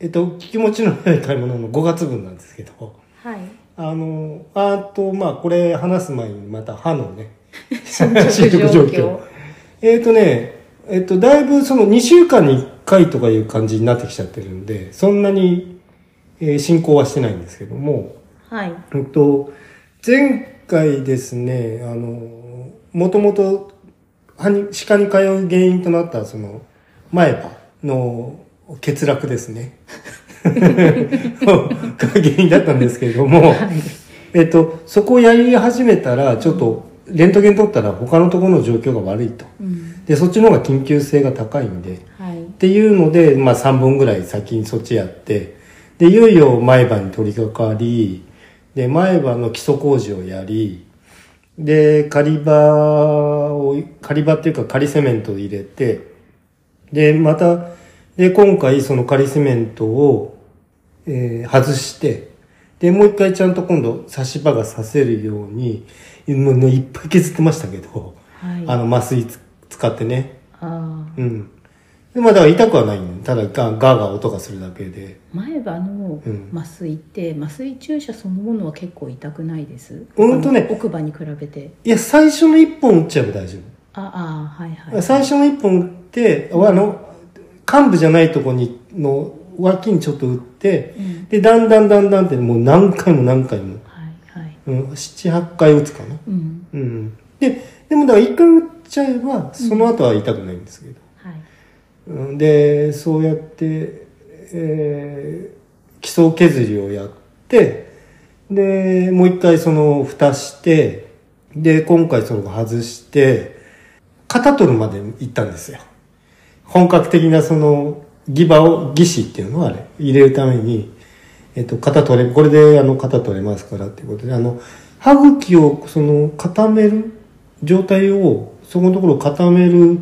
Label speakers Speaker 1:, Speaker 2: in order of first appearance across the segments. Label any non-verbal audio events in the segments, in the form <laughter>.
Speaker 1: えっと、気持ちの良い買い物の5月分なんですけど、
Speaker 2: はい
Speaker 1: <laughs> あの、あと、まあ、これ話す前にまた歯の
Speaker 2: <laughs>
Speaker 1: ね、
Speaker 2: 進捗状況
Speaker 1: えっとね、えっと、だいぶその2週間に1回とかいう感じになってきちゃってるんで、そんなに、えー進行はしてないんですけども、
Speaker 2: はい
Speaker 1: えっと、前回ですね、あの、もともと、歯に、歯科に通う原因となった、その、前歯の欠落ですね。が原因だったんですけれども、えっと、そこをやり始めたら、ちょっと、レントゲン取ったら他のところの状況が悪いと。
Speaker 2: うん
Speaker 1: で、そっちの方が緊急性が高いんで、
Speaker 2: はい
Speaker 1: っていうので、まあ、3本ぐらい先にそっちやってでいよいよ前歯に取り掛かりで前歯の基礎工事をやりで仮歯を仮歯っていうか仮セメントを入れてでまたで今回その仮セメントを、えー外してでもう一回ちゃんと今度差し歯が刺せるようにもうねいっぱい削ってましたけど、
Speaker 2: はい
Speaker 1: あの麻酔つ使ってね
Speaker 2: あー
Speaker 1: うん。でまあ、だから痛くはないんだよただガーガーガー音がするだけで。
Speaker 2: 前歯の
Speaker 1: うん
Speaker 2: 麻酔って、麻酔注射そのものは結構痛くないです
Speaker 1: ほんとね
Speaker 2: あの奥歯に比べて
Speaker 1: いや、最初の一本打っちゃえば大丈
Speaker 2: ああーはいは
Speaker 1: 夫。
Speaker 2: い
Speaker 1: 最初の一本打って、あの、幹部じゃないとこに、の脇にちょっと打って、
Speaker 2: うん
Speaker 1: で、だんだんだんだんってもう何回も何回も、
Speaker 2: はいはい
Speaker 1: うん、七、八回打つかな。
Speaker 2: うん
Speaker 1: うん。で、でもだから一回打っちゃえば、その後は痛くないんですけど。
Speaker 2: はい
Speaker 1: うんでそうやって、えー基礎削りをやってでもう一回その蓋してで今回その外して肩取るまで行ったんですよ本格的なそのギバを義歯っていうのはあれ入れるために、えっと、肩取れこれであの肩取れますからっていうことであの歯茎をその固める状態をそこのところを固めるう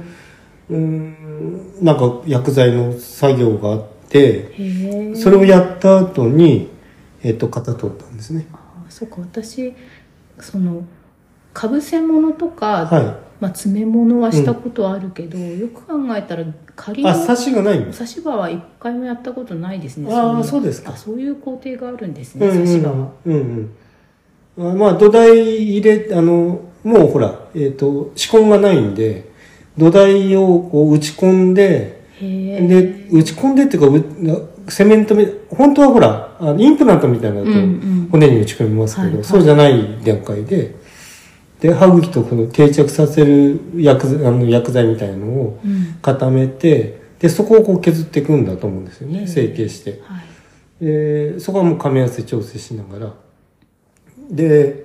Speaker 1: ーんなんか薬剤の作業があって、
Speaker 2: へえ
Speaker 1: それをやった後に、えっと、型取ったんですね。
Speaker 2: あそうか私そのかぶせ物とか、
Speaker 1: は
Speaker 2: まあ、詰め物はしたことあるけど、よく考えたら
Speaker 1: い。
Speaker 2: 仮の
Speaker 1: あ、差しがないんです。
Speaker 2: 差し歯は一回もやったことないですね
Speaker 1: ああ、そう
Speaker 2: そいう
Speaker 1: うですか
Speaker 2: あ。そういう工程があるんです
Speaker 1: う
Speaker 2: ね、
Speaker 1: んう
Speaker 2: 差し歯は、
Speaker 1: ん。うんうん。あまあ、土台入れ、あの、もうほら、えっと、歯根がないんで、土台をこう打ち込んで、
Speaker 2: へえ
Speaker 1: で、打ち込んでっていうかう、セメントみ、本当はほら、あのインプラントみたいなのだ
Speaker 2: うん
Speaker 1: と
Speaker 2: うん
Speaker 1: 骨に打ち込みますけど、
Speaker 2: はいはい
Speaker 1: そうじゃない段階で、で、歯茎とこの定着させる薬剤あの薬剤みたいなのを
Speaker 2: うん
Speaker 1: 固めて、で、そこをこう削っていくんだと思うんですよ
Speaker 2: へ
Speaker 1: ね、
Speaker 2: え
Speaker 1: 成形して。
Speaker 2: はい
Speaker 1: で、そこはもう噛み合わせ調整しながら、で、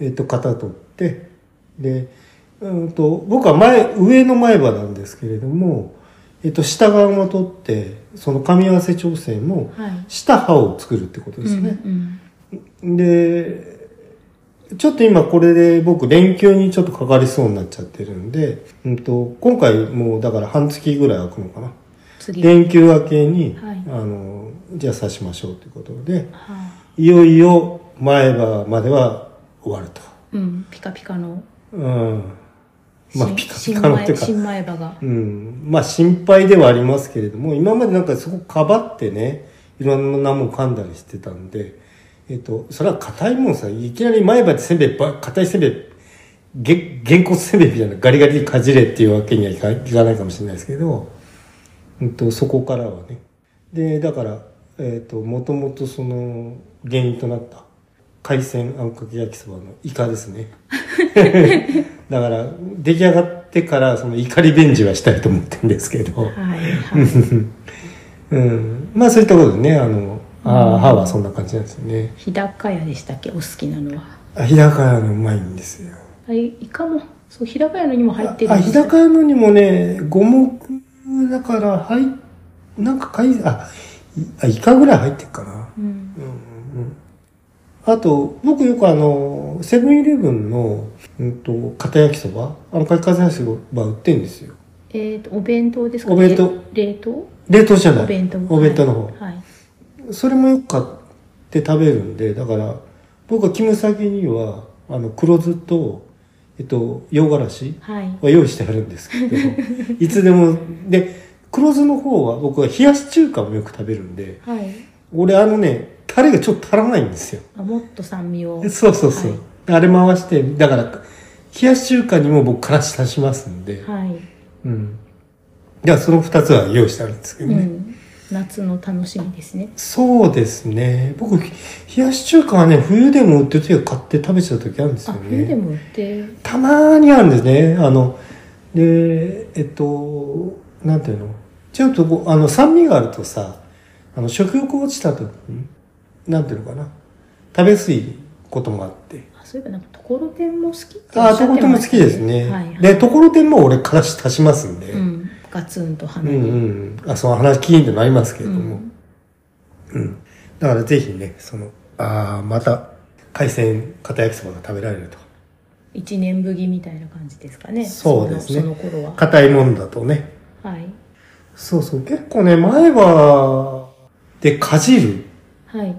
Speaker 1: えっと、型取って、で、うんと、僕は前、上の前歯なんですけれども、えっと、下側も取って、その噛み合わせ調整も、
Speaker 2: はい
Speaker 1: 下歯を作るってことですね。
Speaker 2: うんうん
Speaker 1: で、ちょっと今これで僕連休にちょっとかかりそうになっちゃってるんで、うんと、今回もうだから半月ぐらい空くのかな。
Speaker 2: 次は
Speaker 1: 連休明けに、
Speaker 2: はい
Speaker 1: あの、じゃあ刺しましょうということで、
Speaker 2: あ
Speaker 1: いよいよ前歯までは終わると。
Speaker 2: うんピカピカの
Speaker 1: うん。まあ、
Speaker 2: 新
Speaker 1: ピカピカのっていうか、
Speaker 2: 新前新前歯が
Speaker 1: うん。まあ、心配ではありますけれども、今までなんかそこかばってね、いろんなもん噛んだりしてたんで、えっと、それは硬いもんさ、いきなり前歯でせんべいば、硬いせんべい、げ、げんこつせんべいみたいなガリガリかじれっていうわけにはいかいかないかもしれないですけど、うんと、そこからはね。で、だから、えっと、もともとその原因となった、海鮮あんかけ焼きそばのイカです
Speaker 2: <laughs>
Speaker 1: ね。だから出来上がってからその怒りベンジはしたいと思ってるんですけど、
Speaker 2: は
Speaker 1: <laughs>
Speaker 2: いはい
Speaker 1: うん、まあそういったことでねあのあー歯はそんな感じなんですよね
Speaker 2: 日高屋でしたっけお好きなのは
Speaker 1: あ日高屋のうまいんですよ
Speaker 2: あれイカもそう日高屋のにも入ってる
Speaker 1: あ
Speaker 2: んで
Speaker 1: 日
Speaker 2: すよ
Speaker 1: 高屋のにもね五目だからはいなんかかいあいあイカぐらい入ってるかな
Speaker 2: うん
Speaker 1: うんうんあと、僕よくあの、セブンイレブンの、うんと、片焼きそばあの、かきか焼きそば売ってるんですよ。
Speaker 2: えっ、とお弁当ですか
Speaker 1: お弁当
Speaker 2: れ冷凍
Speaker 1: 冷凍じゃない。
Speaker 2: お弁当
Speaker 1: お弁当の方。
Speaker 2: はい、はい
Speaker 1: それもよく買って食べるんで、だから、僕はキムサギには、あの、黒酢と、えっと、洋辛子
Speaker 2: はい <laughs>
Speaker 1: は用意してあるんですけど、いつでも、で、黒酢の方は僕は冷やし中華もよく食べるんで、
Speaker 2: はい
Speaker 1: 俺あのね、タレがちょっと足らないんですよ。
Speaker 2: あもっと酸味を
Speaker 1: そうそうそう。
Speaker 2: は
Speaker 1: あれ回して、だから、冷やし中華にも僕からし足しますんで、
Speaker 2: はい、
Speaker 1: うん。じゃあその二つは用意してあるんですけど
Speaker 2: う
Speaker 1: ね。
Speaker 2: ん、夏の楽しみですね
Speaker 1: そうですね。僕、ひ冷やし中華はね、冬でも売ってて買って食べちゃう時あるんです
Speaker 2: あ
Speaker 1: よ
Speaker 2: 冬で
Speaker 1: ね。
Speaker 2: も売って
Speaker 1: たまーにあるんですね。あの、で、えっと、なんていうのちょっとこう、あの、酸味があるとさ、あの、食欲落ちた時に、なんていうのかな。食べやすいこともあって。
Speaker 2: あそういえばなんかところてんも好きってお
Speaker 1: あ
Speaker 2: っ
Speaker 1: あ、
Speaker 2: し
Speaker 1: と
Speaker 2: ゃ
Speaker 1: こ
Speaker 2: っ
Speaker 1: ろてん
Speaker 2: て
Speaker 1: も
Speaker 2: ま
Speaker 1: 好
Speaker 2: し
Speaker 1: き
Speaker 2: た
Speaker 1: ですね。
Speaker 2: はい
Speaker 1: で、ところてんも俺からし足しますんで。
Speaker 2: うん、ガツンと
Speaker 1: うん
Speaker 2: 鼻
Speaker 1: う
Speaker 2: に、
Speaker 1: んうん。あ、その話聞いてなりますけれども。
Speaker 2: う
Speaker 1: うん
Speaker 2: ん。
Speaker 1: だからぜひね、その、ああ、また、海鮮片焼きそばが食べられると。
Speaker 2: 一年ぶりみたいな感じですかね
Speaker 1: そうですね
Speaker 2: そのその頃は
Speaker 1: 硬いもんだとね。
Speaker 2: はい
Speaker 1: そうそう。結構ね、前は、で、かじる。
Speaker 2: はい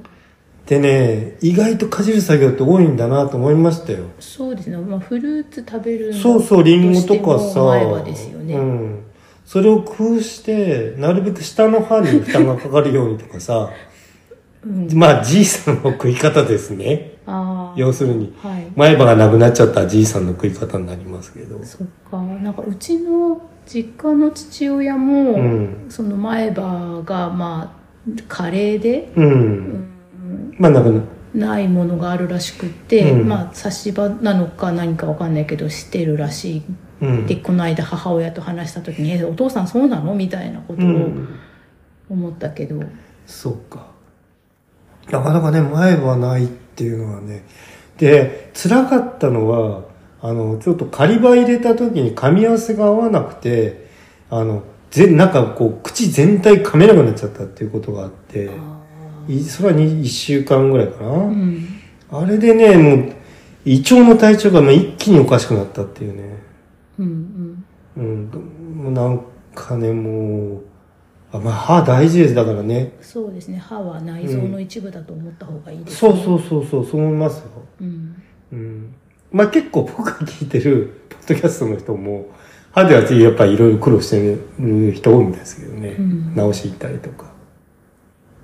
Speaker 1: でね、意外とかじる作業って多いんだなと思いましたよ。
Speaker 2: そうですね、まあ、フルーツ食べるの
Speaker 1: そうそう、リンゴとか
Speaker 2: しても前
Speaker 1: さ
Speaker 2: は。ですよね、
Speaker 1: うん。それを工夫して、なるべく下の歯に負担がかかるようにとか
Speaker 2: <laughs>
Speaker 1: さ、
Speaker 2: うん
Speaker 1: まあ、じいさんの食い方ですね。
Speaker 2: ああ
Speaker 1: 要するに。
Speaker 2: はい
Speaker 1: 前歯がなくなっちゃったじいさんの食い方になりますけど。
Speaker 2: そっかなんかうちの実家の父親も、
Speaker 1: うん。
Speaker 2: その前歯がまあカレーで、
Speaker 1: う。
Speaker 2: うんん、
Speaker 1: まあ、なくな、
Speaker 2: ないものがあるらしくって、
Speaker 1: うん
Speaker 2: まあ差し歯なのか何かわかんないけどしてるらしい、
Speaker 1: うん。
Speaker 2: でこの間母親と話した時に「えお父さんそうなの?」みたいなこと
Speaker 1: う
Speaker 2: を
Speaker 1: ん。
Speaker 2: 思ったけど、
Speaker 1: そうか。なかなかね、前歯ないっていうのはね。で、辛かったのは、あの、ちょっと仮歯入れた時に噛み合わせが合わなくて、あの、ぜなんかこう、口全体噛めなくなっちゃったっていうことがあって、
Speaker 2: あー
Speaker 1: いそれは1週間ぐらいかな。
Speaker 2: うん、
Speaker 1: あれでね、もう、胃腸の体調がもう一気におかしくなったっていうね。
Speaker 2: うんうん
Speaker 1: うん、もうなんかね、もう、あまあ、歯大事です。だからね。
Speaker 2: そうですね歯は内臓の一部だと思った方がいいです、
Speaker 1: そうそうそうそう、そう思いますよ。
Speaker 2: うん、
Speaker 1: うん。まあ結構僕が聞いてる、ポッドキャストの人も、歯ではやっぱりいろいろ苦労してる人多いんですけどね。
Speaker 2: うん
Speaker 1: 直し行ったりとか。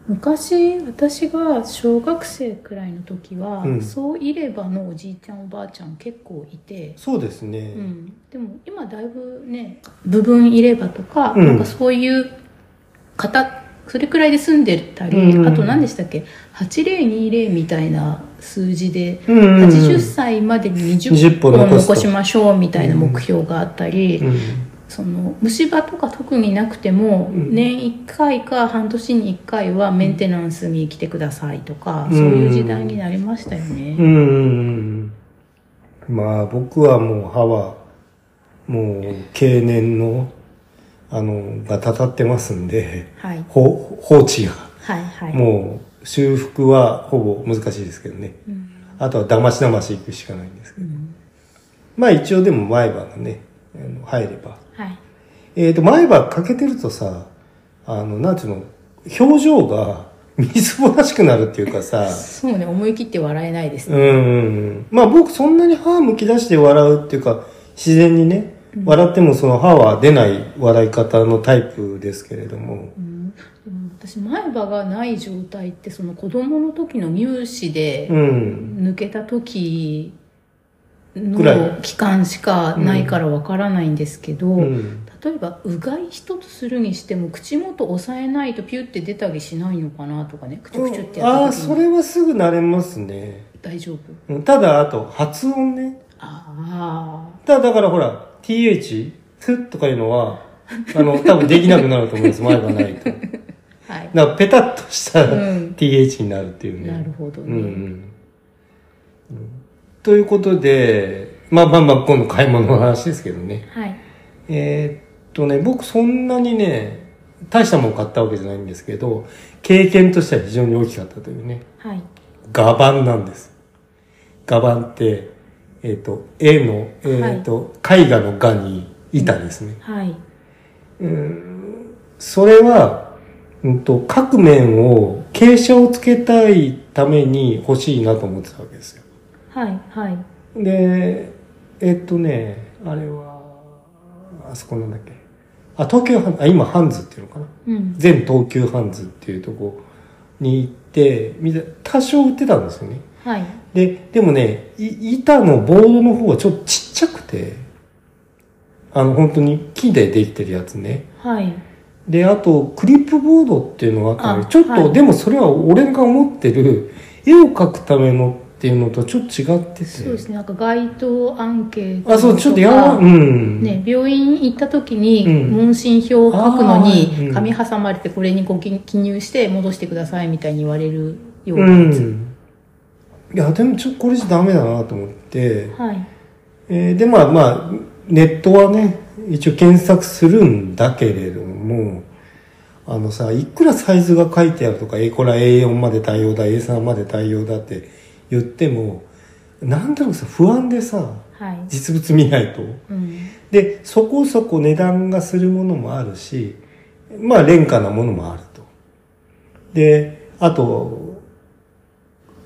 Speaker 2: 昔私が小学生くらいの時は、
Speaker 1: うん
Speaker 2: そういればのおじいちゃんおばあちゃん結構いて、
Speaker 1: そうですね。
Speaker 2: うん、でも今だいぶね部分入れ歯とか,、
Speaker 1: うん
Speaker 2: なんかそういう型それくらいで済んでたり、
Speaker 1: うん
Speaker 2: あと何でしたっけ8020みたいな数字で、
Speaker 1: うんうんうん
Speaker 2: 80歳までに20
Speaker 1: 20
Speaker 2: 本
Speaker 1: 本残すと
Speaker 2: 残しましょうみたいな目標があったり、
Speaker 1: うん。
Speaker 2: その虫歯とか特になくても、
Speaker 1: うん
Speaker 2: 年1回か半年に1回はメンテナンスに来てくださいとか、
Speaker 1: うん
Speaker 2: そういう時代になりましたよ
Speaker 1: う
Speaker 2: ね、
Speaker 1: んうんうん。まあ僕はもう歯は、もう経年の、あの、がたたってますんで、
Speaker 2: はい
Speaker 1: ほ放置が。
Speaker 2: はいはい
Speaker 1: もう修復はほぼ難しいですけどね。
Speaker 2: うん
Speaker 1: あとはだましだまし行くしかないんですけ
Speaker 2: う
Speaker 1: ど。
Speaker 2: ん
Speaker 1: まあ一応でも前歯がね、あの入れば。
Speaker 2: はい
Speaker 1: えっ、と、前歯かけてるとさ、あの、なんていうの、表情が <laughs> みすぼらしくなるっていうか
Speaker 2: <laughs>
Speaker 1: さ、
Speaker 2: そうね思い切って笑えないです
Speaker 1: う
Speaker 2: ね、
Speaker 1: んうんうん。まあ僕そんなに歯むき出して笑うっていうか、自然にね、笑ってもその歯は出ない笑い方のタイプですけれども。
Speaker 2: うんでも私前歯がない状態ってその子供の時の乳歯で
Speaker 1: うん。
Speaker 2: 抜けた時
Speaker 1: ぐら
Speaker 2: の期間しかないからわからないんですけど、
Speaker 1: うん。
Speaker 2: 例えばうがい一つするにしても口元押さえないとピュって出たりしないのかなとかねくちゅくちゅって
Speaker 1: あ
Speaker 2: や
Speaker 1: あ、
Speaker 2: った時
Speaker 1: そ
Speaker 2: に
Speaker 1: れはすぐ慣れますね。
Speaker 2: 大丈夫
Speaker 1: うんただ、あと、発音ね。
Speaker 2: ああ
Speaker 1: ただ、だからほら、th、ふとかいうのは、あの、多分できなくなると思います。前がないと。だか
Speaker 2: はい
Speaker 1: ら、ペタッとしたら、
Speaker 2: うん
Speaker 1: th になるっていうね。
Speaker 2: なるほど
Speaker 1: うん、
Speaker 2: ね、
Speaker 1: うんうんということで、まあまあまあ、今度買い物の話ですけどね。
Speaker 2: はい
Speaker 1: えーっとね、僕そんなにね、大したもん買ったわけじゃないんですけど、経験としては非常に大きかったというね。
Speaker 2: はい
Speaker 1: 画板なんです。画板って、えっ、と、絵の、えっ、と、絵画の画に板ですね。
Speaker 2: はい
Speaker 1: それは、うんと、各面を傾斜をつけたいために欲しいなと思ってたわけですよ。
Speaker 2: はいはい
Speaker 1: で、えっ、とね、あれは、あそこなんだっけ。あ、東急ハン、あ、今ハンズっていうのかな。
Speaker 2: うん。
Speaker 1: 全東急ハンズっていうとこに行って、みんな多少売ってたんですよね。
Speaker 2: はい。
Speaker 1: で、でもね、い板のボードの方はちょっとちっちゃくて、あの、本当に木でできてるやつね。
Speaker 2: はい。
Speaker 1: で、あと、クリップボードっていうのがあったの
Speaker 2: あ
Speaker 1: で、ちょっと、
Speaker 2: はい
Speaker 1: でもそれは俺が思ってる、絵を描くためのっていうのとちょっと違ってて。
Speaker 2: そうですね。なんか街頭アンケートとか。
Speaker 1: あ、そう、ちょっとやわ、うん。
Speaker 2: ね、病院行った時に
Speaker 1: うん
Speaker 2: 問診票を書くの
Speaker 1: あーう
Speaker 2: に
Speaker 1: ん
Speaker 2: 紙挟まれてこれにご記記入して戻してくださいみたいに言われるよう
Speaker 1: う
Speaker 2: なやつ、
Speaker 1: ん。いや、でもちょっとこれじゃダメだなと思って、
Speaker 2: はい
Speaker 1: えーで、まあまあ、ネットはね、一応検索するんだけれども、あのさ、いくらサイズが書いてあるとか、A これは A4 まで対応だ、A3 まで対応だって言っても、なんだろうさ、不安でさ、
Speaker 2: はい、
Speaker 1: 実物見ないと。
Speaker 2: うん、
Speaker 1: で、そこそこ値段がするものもあるし、まあ、廉価なものもあると。で、あと、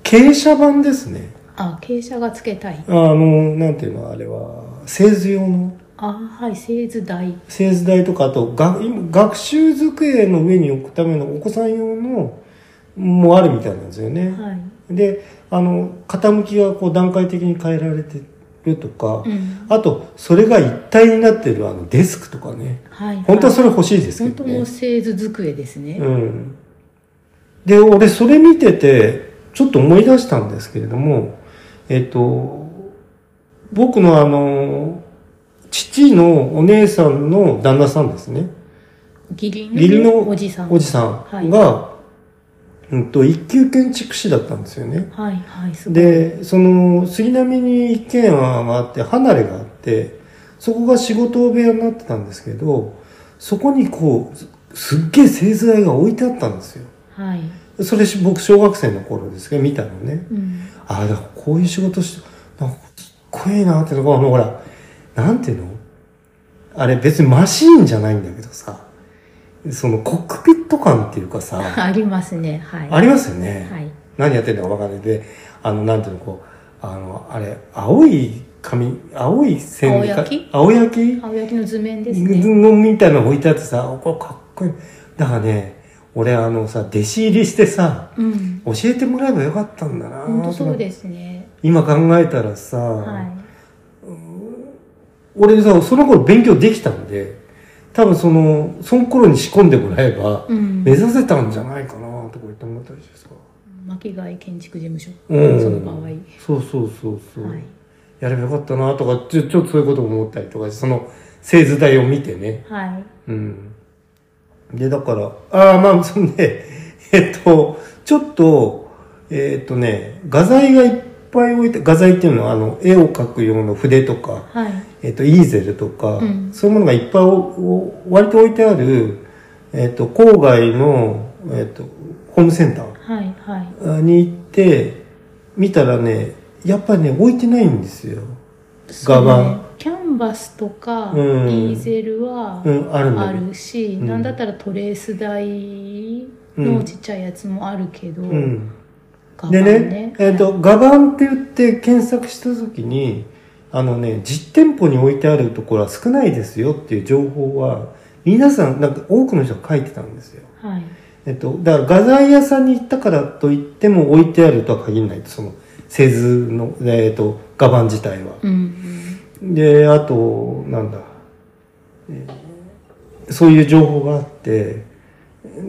Speaker 1: 傾斜板ですね。
Speaker 2: あ傾斜がつけたい
Speaker 1: あの、なんていうの、あれは、製図用の、
Speaker 2: あはい製図台
Speaker 1: 製図台とか、あと、が今学習机の上に置くためのお子さん用の、もあるみたいなんですよね。
Speaker 2: はい、
Speaker 1: で、あの、傾きがこう段階的に変えられてるとか、
Speaker 2: うん、
Speaker 1: あと、それが一体になってるあのデスクとかね。
Speaker 2: はい
Speaker 1: 本当はそれ欲しいですけ
Speaker 2: 本
Speaker 1: ど
Speaker 2: 当
Speaker 1: ね
Speaker 2: の。製図机ですね、
Speaker 1: うん。で、俺それ見てて、ちょっと思い出したんですけれども、えっと、僕のあの、父のお姉さんの旦那さんですね。
Speaker 2: 義理の
Speaker 1: 義理の
Speaker 2: おじさん
Speaker 1: おじさんが、うんと、一級建築士だったんですよね。
Speaker 2: はいはいすごい
Speaker 1: で、その、杉並に一軒家があって、離れがあって、そこが仕事部屋になってたんですけど、そこにこう、すすっげえ製図台が置いてあったんですよ。
Speaker 2: はい、
Speaker 1: それし僕小学生の頃ですけど、見たのね。
Speaker 2: うん、 <laughs>
Speaker 1: ああ、だからこういう仕事して、なんかかっこいいなってのが、あのほら、なんていうのあれ別にマシーンじゃないんだけどさ、そのコックピット感っていうかさ、
Speaker 2: ありますねはい
Speaker 1: ありますよね。
Speaker 2: はい
Speaker 1: 何やってんだか分かんないで、あの、なんていうの、こう、あの、あれ、青い紙、青い線
Speaker 2: 青焼き
Speaker 1: か青焼き
Speaker 2: 青焼きの図面ですね
Speaker 1: のみたいなの置いてあってさ、おこれかっこいい。だからね、俺あのさ、弟子入りしてさ、
Speaker 2: うん
Speaker 1: 教えてもらえばよかったんだな
Speaker 2: 本当そう
Speaker 1: す。
Speaker 2: ですね
Speaker 1: 今考えたらさ、
Speaker 2: はい
Speaker 1: 俺さ、その頃勉強できたんで、多分その、その頃に仕込んでもらえば、
Speaker 2: うん
Speaker 1: 目指せたんじゃないかなとか言って思ったりしてさ。
Speaker 2: 巻貝建築事務所、
Speaker 1: うん
Speaker 2: その場合、
Speaker 1: そうそうそうそう。
Speaker 2: はい
Speaker 1: やればよかったなとかちょちょっとそういうことも思ったりとかその製図台を見てね
Speaker 2: はい
Speaker 1: うんでだからああまあそんで <laughs> えっとちょっとえっとね画材がいっぱい置いて画材っていうのはあの絵を描く用の筆とか、
Speaker 2: はい
Speaker 1: えっとイーゼルとか、
Speaker 2: うん
Speaker 1: そういうものがいっぱいおお割と置いてある、えっと郊外の、えっとホームセンタ
Speaker 2: はいはい
Speaker 1: ーに行って見たらねやっぱりね置いてないんですよ
Speaker 2: そう
Speaker 1: 我慢
Speaker 2: キャンバスとか、
Speaker 1: うん
Speaker 2: イーゼルは
Speaker 1: うん、あるんだ
Speaker 2: あ
Speaker 1: けど。
Speaker 2: るし、
Speaker 1: ん
Speaker 2: なんだったらトレース台
Speaker 1: う
Speaker 2: の
Speaker 1: ん
Speaker 2: ちっちゃいやつもあるけど、
Speaker 1: うん。
Speaker 2: 画
Speaker 1: で
Speaker 2: 板
Speaker 1: ね、
Speaker 2: はい
Speaker 1: えっ、と、画板って言って検索したときに、あのね、実店舗に置いてあるところは少ないですよっていう情報は、皆さん、なんか多くの人が書いてたんですよ。
Speaker 2: はい
Speaker 1: えっと、だから画材屋さんに行ったからといっても置いてあるとは限らないと、その、製図の、えっと、画板自体は。
Speaker 2: うん
Speaker 1: で、あと、なんだ、えーそういう情報があって、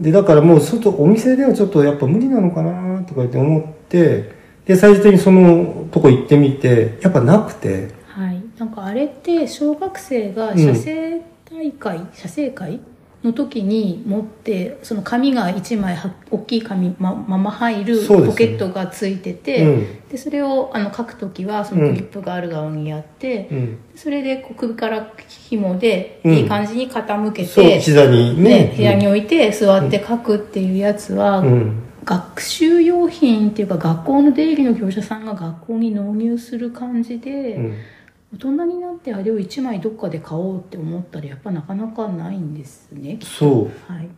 Speaker 1: で、だからもう、ちょっとお店ではちょっとやっぱ無理なのかなとか言って思って、で、最終的にそのとこ行ってみて、やっぱなくて、
Speaker 2: はいなんかあれって小学生が
Speaker 1: うん
Speaker 2: 写生大会、写生会の時に持ってその紙が1枚は大きい紙ままま入る
Speaker 1: そうですね
Speaker 2: ポケットがついてて、
Speaker 1: うん。
Speaker 2: でそれをあの書くときはそのクリップがある側にやって、
Speaker 1: うん。
Speaker 2: それでこう首から紐で
Speaker 1: うん
Speaker 2: いい感じに傾け
Speaker 1: そう、
Speaker 2: て、
Speaker 1: 膝にね。
Speaker 2: ね、部屋に置いて座って書くっていうやつは、
Speaker 1: うん。
Speaker 2: 学習用品っていうか学校の出入りの業者さんが学校に納入する感じで、
Speaker 1: うん。
Speaker 2: 大人になってあれを1枚どっかで買おうって思ったらやっぱなかなかないんですねきっ
Speaker 1: そう。
Speaker 2: とはい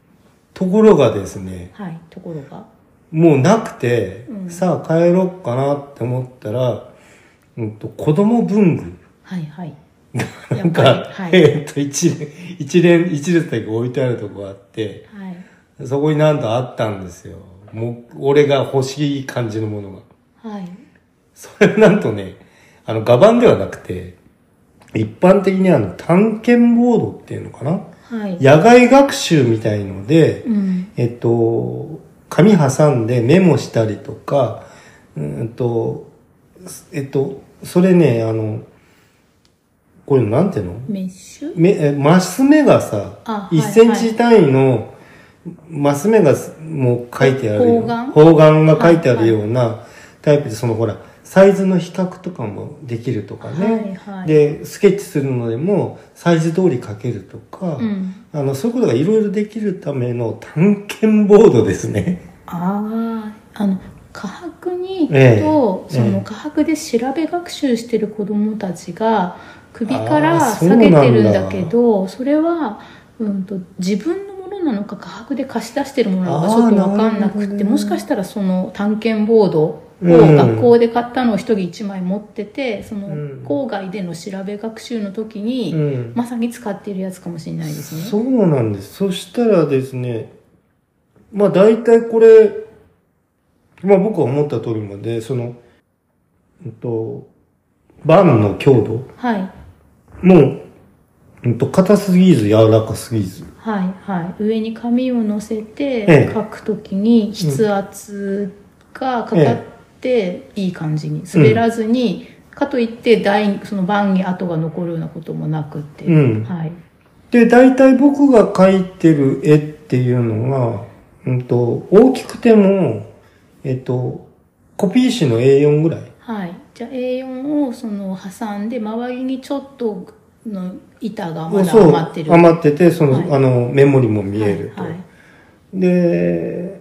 Speaker 1: ところがですね、
Speaker 2: はいところが
Speaker 1: もうなくて、
Speaker 2: うん
Speaker 1: さあ帰ろうかなって思ったら、うんと、子供文具
Speaker 2: はいはいや
Speaker 1: な
Speaker 2: っ
Speaker 1: んか、
Speaker 2: ぱりはい
Speaker 1: えっと、一連、一連、一列だけ置いてあるとこがあって、
Speaker 2: はい
Speaker 1: そこになんとあったんですよ。もう、俺が欲しい感じのものが。
Speaker 2: はい
Speaker 1: それはなんとね、あの、画板ではなくて、一般的にあの、探検ボードっていうのかな
Speaker 2: はい
Speaker 1: 野外学習みたいので、
Speaker 2: うん
Speaker 1: えっと、紙挟んでメモしたりとか、うんと、えっと、それね、あの、これなんていうの
Speaker 2: メッシュ
Speaker 1: めえマス目がさ、
Speaker 2: あはい
Speaker 1: 1センチ単位のマス目がすもう書いてあるよ
Speaker 2: 方眼
Speaker 1: 方眼が書いてあるようなタイプで、そのほら、サイズの比較とかもできるとかね。
Speaker 2: はいはい
Speaker 1: で、スケッチするのでも、サイズ通り書けるとか、
Speaker 2: うん
Speaker 1: あの、そういうことがいろいろできるための探検ボードですね。
Speaker 2: あああの科博に行
Speaker 1: ええ
Speaker 2: くと、そ
Speaker 1: ええ
Speaker 2: の科博で調べ学習してる子どもたちが首から
Speaker 1: あーそうな
Speaker 2: 下
Speaker 1: んだ
Speaker 2: げてるんだけどそれは、うん、と自分のものなのか科博で貸し出してるものなのか
Speaker 1: あー
Speaker 2: ちょっと分かんなく
Speaker 1: なるほ
Speaker 2: っ
Speaker 1: ど
Speaker 2: て
Speaker 1: ね
Speaker 2: もしかしたらその探検ボードを
Speaker 1: うん
Speaker 2: 学校で買ったのを一人一枚持っててその
Speaker 1: うん
Speaker 2: 郊外での調べ学習の時
Speaker 1: う
Speaker 2: に、
Speaker 1: ん。
Speaker 2: まさに使っているやつかもしれないですね。
Speaker 1: そうなんです。そしたらですね、まあ大体これ、まあ僕は思った通りまで、その、うんと、バンの強度
Speaker 2: はい
Speaker 1: も、うんと、硬すぎず柔らかすぎず。
Speaker 2: はいはい、上に紙を乗せ
Speaker 1: え
Speaker 2: て
Speaker 1: え
Speaker 2: 書くときに筆圧がかかっていい感じに滑らずに、かといって台その盤に跡が残るようなこともなくって、
Speaker 1: うん
Speaker 2: はい、
Speaker 1: で、大体僕が描いてる絵っていうのは、うんと、大きくても、えっと、コピー紙の A4 ぐらい。
Speaker 2: はい、じゃあ A4 をその挟んで周りにちょっとの板がまだ
Speaker 1: そう
Speaker 2: 余ってる
Speaker 1: 余ってて、その、
Speaker 2: はい
Speaker 1: あの、メモリも見えると。
Speaker 2: はいはい
Speaker 1: で、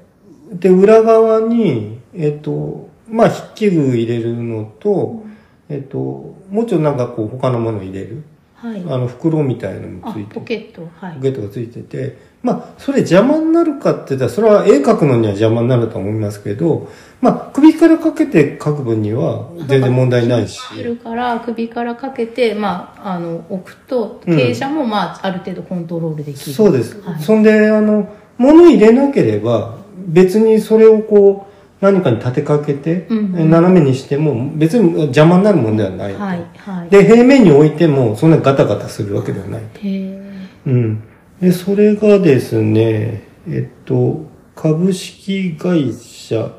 Speaker 1: で、裏側に、えっと、まあ、筆記具入れるのと、えっと、もうちょっとなんかこう、他のもの入れる。
Speaker 2: はい
Speaker 1: あの、袋みたいのも
Speaker 2: あ
Speaker 1: ついて
Speaker 2: ポ
Speaker 1: て、
Speaker 2: ケットはい
Speaker 1: ポケットがついてて、まあ、それ邪魔になるかって言ったら、それは絵描くのには邪魔になると思いますけど、まあ、首からかけて描く分には全然問題ないし。
Speaker 2: いるから首からかけて、まあ、あの置くと
Speaker 1: うん
Speaker 2: 傾斜も、まあ、ある程度コントロールできる
Speaker 1: そうです。
Speaker 2: はい
Speaker 1: そんで、あの、物入れなければ、別にそれをこう、何かに立てかけて、
Speaker 2: うん
Speaker 1: え斜めにしても、別に邪魔になるものではない。
Speaker 2: はいはい
Speaker 1: で、平面に置いても、そんなガタガタするわけではない。
Speaker 2: へ
Speaker 1: うん。で、それがですね、えっと、株式会社、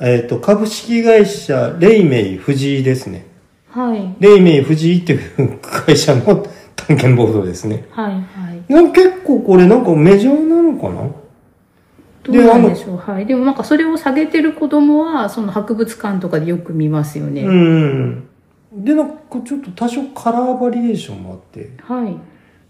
Speaker 1: えっと、株式会社、レイメイ藤井ですね。
Speaker 2: ーはい
Speaker 1: レイメイ藤井っていう会社の <laughs> 探検ボードですね。
Speaker 2: はいはい
Speaker 1: なんか結構これなんかメジャーなのかな
Speaker 2: どうなんでしょうはいでもなんかそれを下げてる子供はその博物館とかでよく見ますよね、
Speaker 1: うん。で、なんかちょっと多少カラーバリエーションもあって。
Speaker 2: はい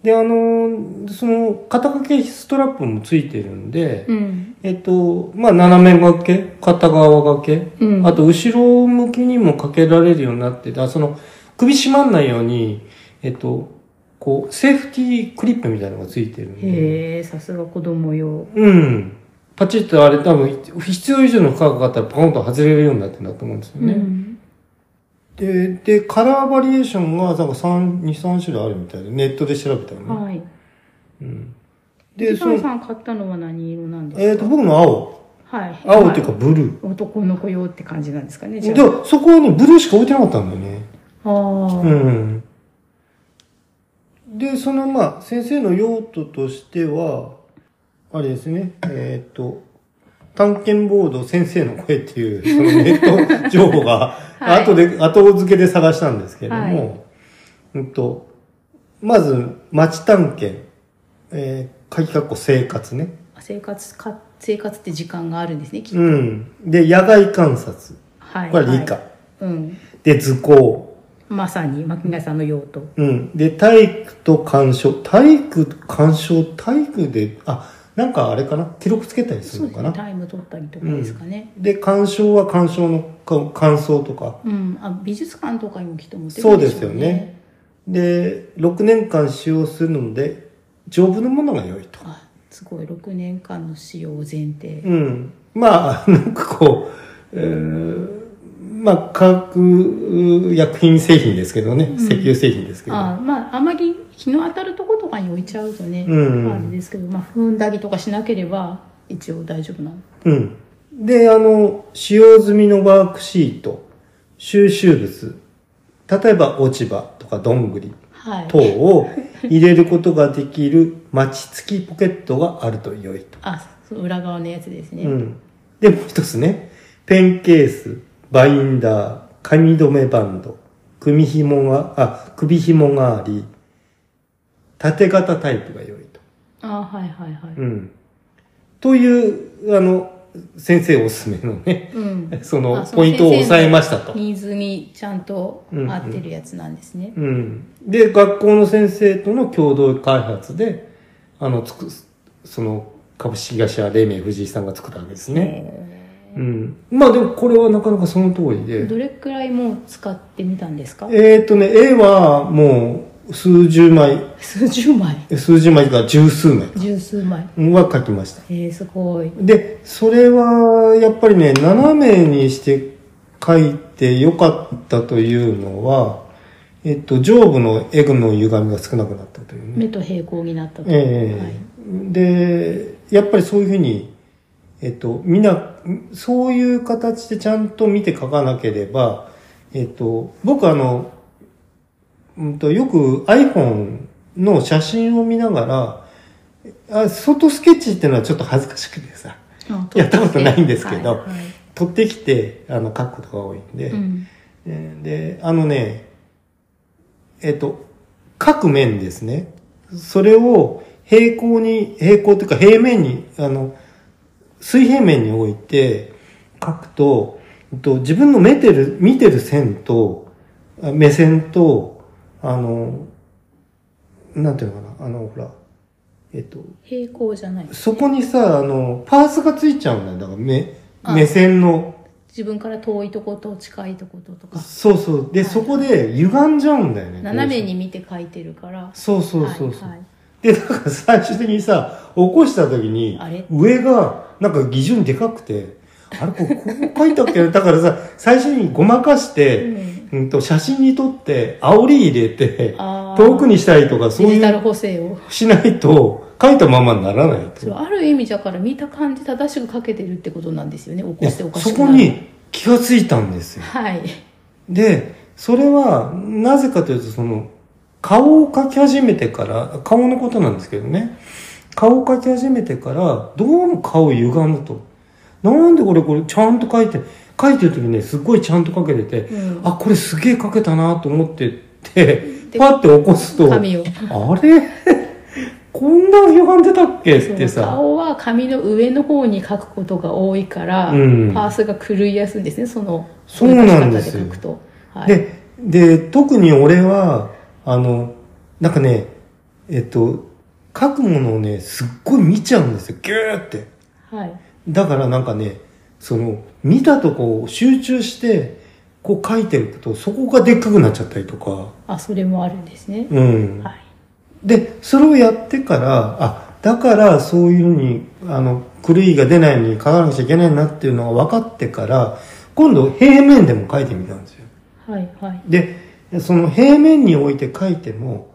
Speaker 1: で、あのーその、肩掛けストラップもついてるんで、
Speaker 2: うん
Speaker 1: えっと、まあ、斜め掛け、片側掛け、
Speaker 2: うん
Speaker 1: あと後ろ向きにも掛けられるようになってて、あその、首締まんないように、えっと、こう、セーフティークリップみたいなのがついてるんで、
Speaker 2: へえさすが子供用
Speaker 1: うん。パチッとあれ多分、必要以上の負荷がかかったらパコンと外れるようになってるんだと思うんですよね。
Speaker 2: うん
Speaker 1: で、で、カラーバリエーションが、なんか3、2、3種類あるみたいで、ネットで調べたのね。
Speaker 2: はい
Speaker 1: うん。で、
Speaker 2: で
Speaker 1: そ
Speaker 2: さん
Speaker 1: の、
Speaker 2: さん買ったのは何色なんですか
Speaker 1: えっ、と、僕の青。
Speaker 2: はい
Speaker 1: 青っていうか、ブルー。
Speaker 2: まあ男の子用って感じなんですかねじゃ
Speaker 1: で、そこはね、ブルーしか置いてなかったんだよね。
Speaker 2: ああ
Speaker 1: う
Speaker 2: あ
Speaker 1: ん。で、その、まあ、先生の用途としては、あれですね、えっ、と、探検ボード先生の声っていう、そのネット情報が、
Speaker 2: はい
Speaker 1: 後で、後付けで探したんですけれども、うんと、まず、街探検、えー、鍵括弧生活ね。
Speaker 2: 生活か生活って時間があるんですねきっと
Speaker 1: うん。で、野外観察。
Speaker 2: はい
Speaker 1: これ理科。
Speaker 2: はいうん
Speaker 1: で、図工。
Speaker 2: まさに牧谷さんの用途
Speaker 1: うん。で、体育と鑑賞。体育、鑑賞、体育で、あ、なんかあれかな記録つけたりす
Speaker 2: そ
Speaker 1: る
Speaker 2: う
Speaker 1: の
Speaker 2: で
Speaker 1: か
Speaker 2: す
Speaker 1: なで,、
Speaker 2: ねタイム取ったりとかですかね
Speaker 1: 鑑賞は鑑賞のか感想とか。
Speaker 2: うん、あ美術館とかにもきっと持って
Speaker 1: そ
Speaker 2: る
Speaker 1: うん
Speaker 2: で
Speaker 1: で
Speaker 2: し
Speaker 1: す
Speaker 2: ょ
Speaker 1: よ
Speaker 2: う
Speaker 1: ね。で、6年間使用するので、丈夫なものが良いと。
Speaker 2: あすごい6年間の使用を前提、
Speaker 1: <laughs> うん。まあ、なんかこう、えーまあ、化学薬品製品ですけどね、
Speaker 2: ん
Speaker 1: 石油製品ですけど。
Speaker 2: あーまああまり日の当たるとことかに置いちゃうとね、
Speaker 1: うん
Speaker 2: あれですけど、まあ、踏んだりとかしなければ一応大丈夫なの
Speaker 1: うん。で、あの、使用済みのワークシート、収集物、例えば落ち葉とかどんぐり
Speaker 2: はい
Speaker 1: 等を入れることができる待ち付きポケットがあると良いと。
Speaker 2: あその裏側のやつですね、
Speaker 1: うん。で、もう一つね、ペンケース、バインダー、紙留めバンド、組紐が、あ、首紐があり、縦型タイプが良いと。
Speaker 2: あーはいはいはい
Speaker 1: うん。という、あの、先生おすすめのね、
Speaker 2: うん、
Speaker 1: その
Speaker 2: あ
Speaker 1: ポイントを抑えましたと。
Speaker 2: ニーズにちゃんと合ってるやつなんですね、
Speaker 1: うん。で、学校の先生との共同開発で、あの、つく、その、株式会社黎明藤井さんが作ったんですね。うん。まあでもこれはなかなかその通りで。
Speaker 2: どれくらいもう使ってみたんですか
Speaker 1: えっ、とね、絵はもう数十枚、
Speaker 2: 数十枚
Speaker 1: 数十枚か十数枚
Speaker 2: 十数枚
Speaker 1: は描きました。
Speaker 2: えー、すごい
Speaker 1: で、それはやっぱりね、斜めにして描いてよかったというのは、えっと、上部の絵の歪みが少なくなったというね。
Speaker 2: 目と平行になったと、
Speaker 1: え
Speaker 2: はい
Speaker 1: えで、やっぱりそういうふうに、えっと、みんな、そういう形でちゃんと見て書かなければ、えっと、僕あの、うんと、よく iPhone の写真を見ながら、あ、外スケッチっていうのはちょっと恥ずかしくてさ、
Speaker 2: あ
Speaker 1: やったことないんですけど
Speaker 2: はいはい
Speaker 1: 撮ってきて、あの、書くことが多いんで、
Speaker 2: うん
Speaker 1: えーで、あのね、えっ、と、各面ですね。それを平行に、平行というか平面に、あの、水平面に置いて書くと、えっと自分の見てる、見てる線と、あ目線と、あの、なんていうのかな、あの、ほら、えっ、と、
Speaker 2: 平行じゃない
Speaker 1: そこにさ、あの、パースがついちゃうんだよ。だから目、
Speaker 2: あ
Speaker 1: 目線の。
Speaker 2: 自分から遠いとこと近いとこととか
Speaker 1: そうそう。で、
Speaker 2: はい
Speaker 1: そこで歪んじゃうんだよね。
Speaker 2: 斜めに見て書いてるから
Speaker 1: そうそうそうそう。
Speaker 2: はいはい
Speaker 1: で、なんか最終的にさ、起こした時に
Speaker 2: あれ、
Speaker 1: 上が、なんか基準でかくて、あれ、これ、こう書いたっけなだからさ、最初にごまかして、
Speaker 2: うん
Speaker 1: うんと、写真に撮って、煽り入れて、
Speaker 2: あー
Speaker 1: 遠くにしたりとか、そう
Speaker 2: デジ
Speaker 1: い
Speaker 2: タル
Speaker 1: う、
Speaker 2: 補正を
Speaker 1: しないと、書いたままにならないと。
Speaker 2: そうある意味だから見た感じ正しく書けてるってことなんですよね起こしておか
Speaker 1: そ
Speaker 2: しくな
Speaker 1: こ
Speaker 2: る
Speaker 1: に気がついたんですよ。
Speaker 2: はい
Speaker 1: で、それは、なぜかというと、その、顔を描き始めてから、顔のことなんですけどね。顔を描き始めてから、どうも顔歪むと。なんでこれ、これ、ちゃんと描いて、描いてる時ね、すっごいちゃんと描けてて、
Speaker 2: うん
Speaker 1: あ、これすげえ描けたなと思ってって、
Speaker 2: で
Speaker 1: パって起こすと、あれ <laughs>
Speaker 2: 髪を
Speaker 1: こんな歪んでたっけって
Speaker 2: そう
Speaker 1: さ。
Speaker 2: 顔は髪の上の方に書くことが多いから、
Speaker 1: うん
Speaker 2: パースが狂いやすいんですねその
Speaker 1: そうなんです
Speaker 2: 折
Speaker 1: よ
Speaker 2: り方で書くと、はい、
Speaker 1: で、で、特に俺は、あの、なんかね、えっと、書くものをね、すっごい見ちゃうんですよ。ギューって。
Speaker 2: はい、
Speaker 1: だからなんかね、その、見たとこを集中して、こう書いてると、そこがでっかくなっちゃったりとか。
Speaker 2: あそれもあるんですね、
Speaker 1: うん。
Speaker 2: はい、
Speaker 1: で、それをやってから、あ、だからそういうふうに、あの、狂いが出ないように書かなくちゃいけないなっていうのが分かってから、今度平面でも書いてみたんですよ。
Speaker 2: はいはい
Speaker 1: で、その平面に置いて書いても